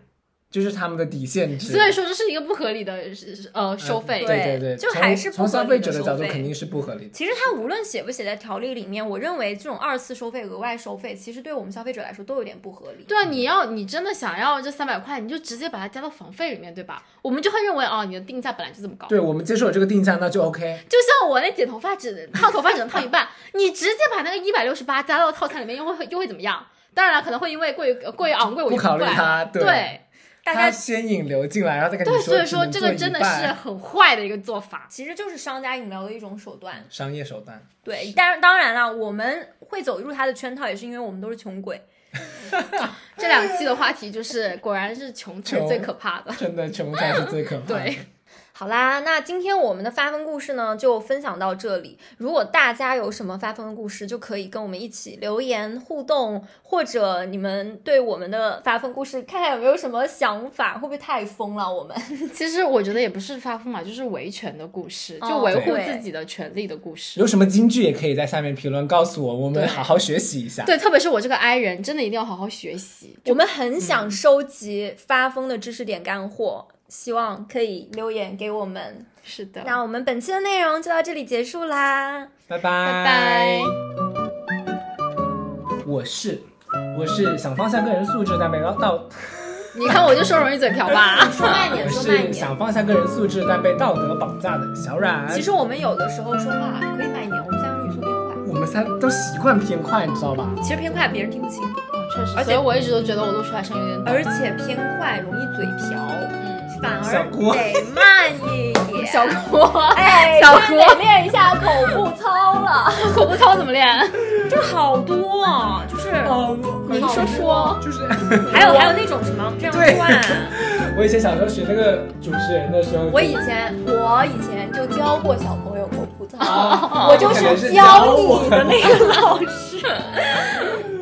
A: 就是他们的底线值。
C: 所以说这是一个不合理的是是呃收费。
A: 对对对，
B: 就
A: 从
B: 还是不
A: 从
B: 合
A: 消
B: 理
A: 费
B: 的
A: 者的
B: 收
A: 角度
B: 费
A: 肯定是不合理的。
B: 其实它无论写不写在条例里面，我认为这种二次收费、额外收费，其实对我们消费者来说都有点不合理。
C: 对啊，
A: 嗯
C: 你要你真的想要这三百块，你就直接把它加到房费里面，对吧？我们就会认为哦，你的定价本来就这么高。
A: 对我们接受了这个定价，那就 OK。
C: 就像我那剪头发只烫头发只能烫一半，你直接把那个一百六十八加到套餐里面，又会又会怎么样？当然了，可能会因为过于过于昂贵，我就
A: 不考虑
C: 过来
A: 它
C: 了
A: 对
C: 对
B: 大
A: 他
B: 家
A: 先引流进来，然后再跟你
C: 对，所以
A: 只
C: 说
A: 能
C: 这
A: 做
C: 个
A: 一
C: 真的
A: 半
C: 是很坏的一个做法。
B: 其实就是商家引流的一种手段。
A: 商业手段。
B: 对，但当然了，我们会走入他的圈套，也是因为我们都是穷鬼。
C: 这两期的话题就是，果然是穷才是最可怕 的。
A: 真的穷才是最可怕的。
C: 对，
B: 好啦，那今天我们的发疯故事呢就分享到这里。如果大家有什么发疯的故事，就可以跟我们一起留言互动，或者你们对我们的发疯故事看看有没有什么想法，会不会太疯了？我们
C: 其实我觉得也不是发疯嘛，就是维权的故事，
B: 哦
C: 就维护
B: 对
C: 自己的权利的故事。
A: 有什么金句也可以在下面评论告诉我，我们
C: 对
A: 好好学习一下。
C: 对，特别是我这个 I 人，真的一定要好好学习。
B: 我们很想收集发疯的知识点干货，希望可以留言给我们。
C: 是的，
B: 那我们本期的内容就到这里结束啦。
A: 拜拜
C: 拜
A: 拜
C: 拜。
A: 我是我是想放下个人素质，但没到到
C: 你看我就说容易嘴瓢 吧。
B: 说慢
A: 我
B: 点，说慢
A: 是
B: 点。
A: 想放下个人素质，但被道德绑架的小冉。
B: 其实我们有的时候说话可以慢一点，我们三个语速偏快，
A: 我们三都习惯偏快，你知道吧？
B: 其实偏快别人听不清，
C: 嗯确实，
B: 而且
C: 所以我一直都觉得我录出来声音有点抖。
B: 而且偏快容易嘴瓢，
C: 嗯，
B: 反
A: 小
B: 而
A: 郭
B: 得慢一点。
C: 小郭，
B: 哎，
C: 小
B: 真
C: 郭
B: 得练一下口部操了，
C: 口不操怎么练？
B: 就好多哦，就是
A: 哦，
C: 您说嗯说，
A: 就是
B: 还有还有那种什么这样
A: 对
B: 转。
A: 我以前小时候学那个主持人的时候，
B: 我以前我以前就教过小朋友口部操，
A: 哦
B: 我就
A: 可能是
B: 教
A: 教我
B: 你的那个老师。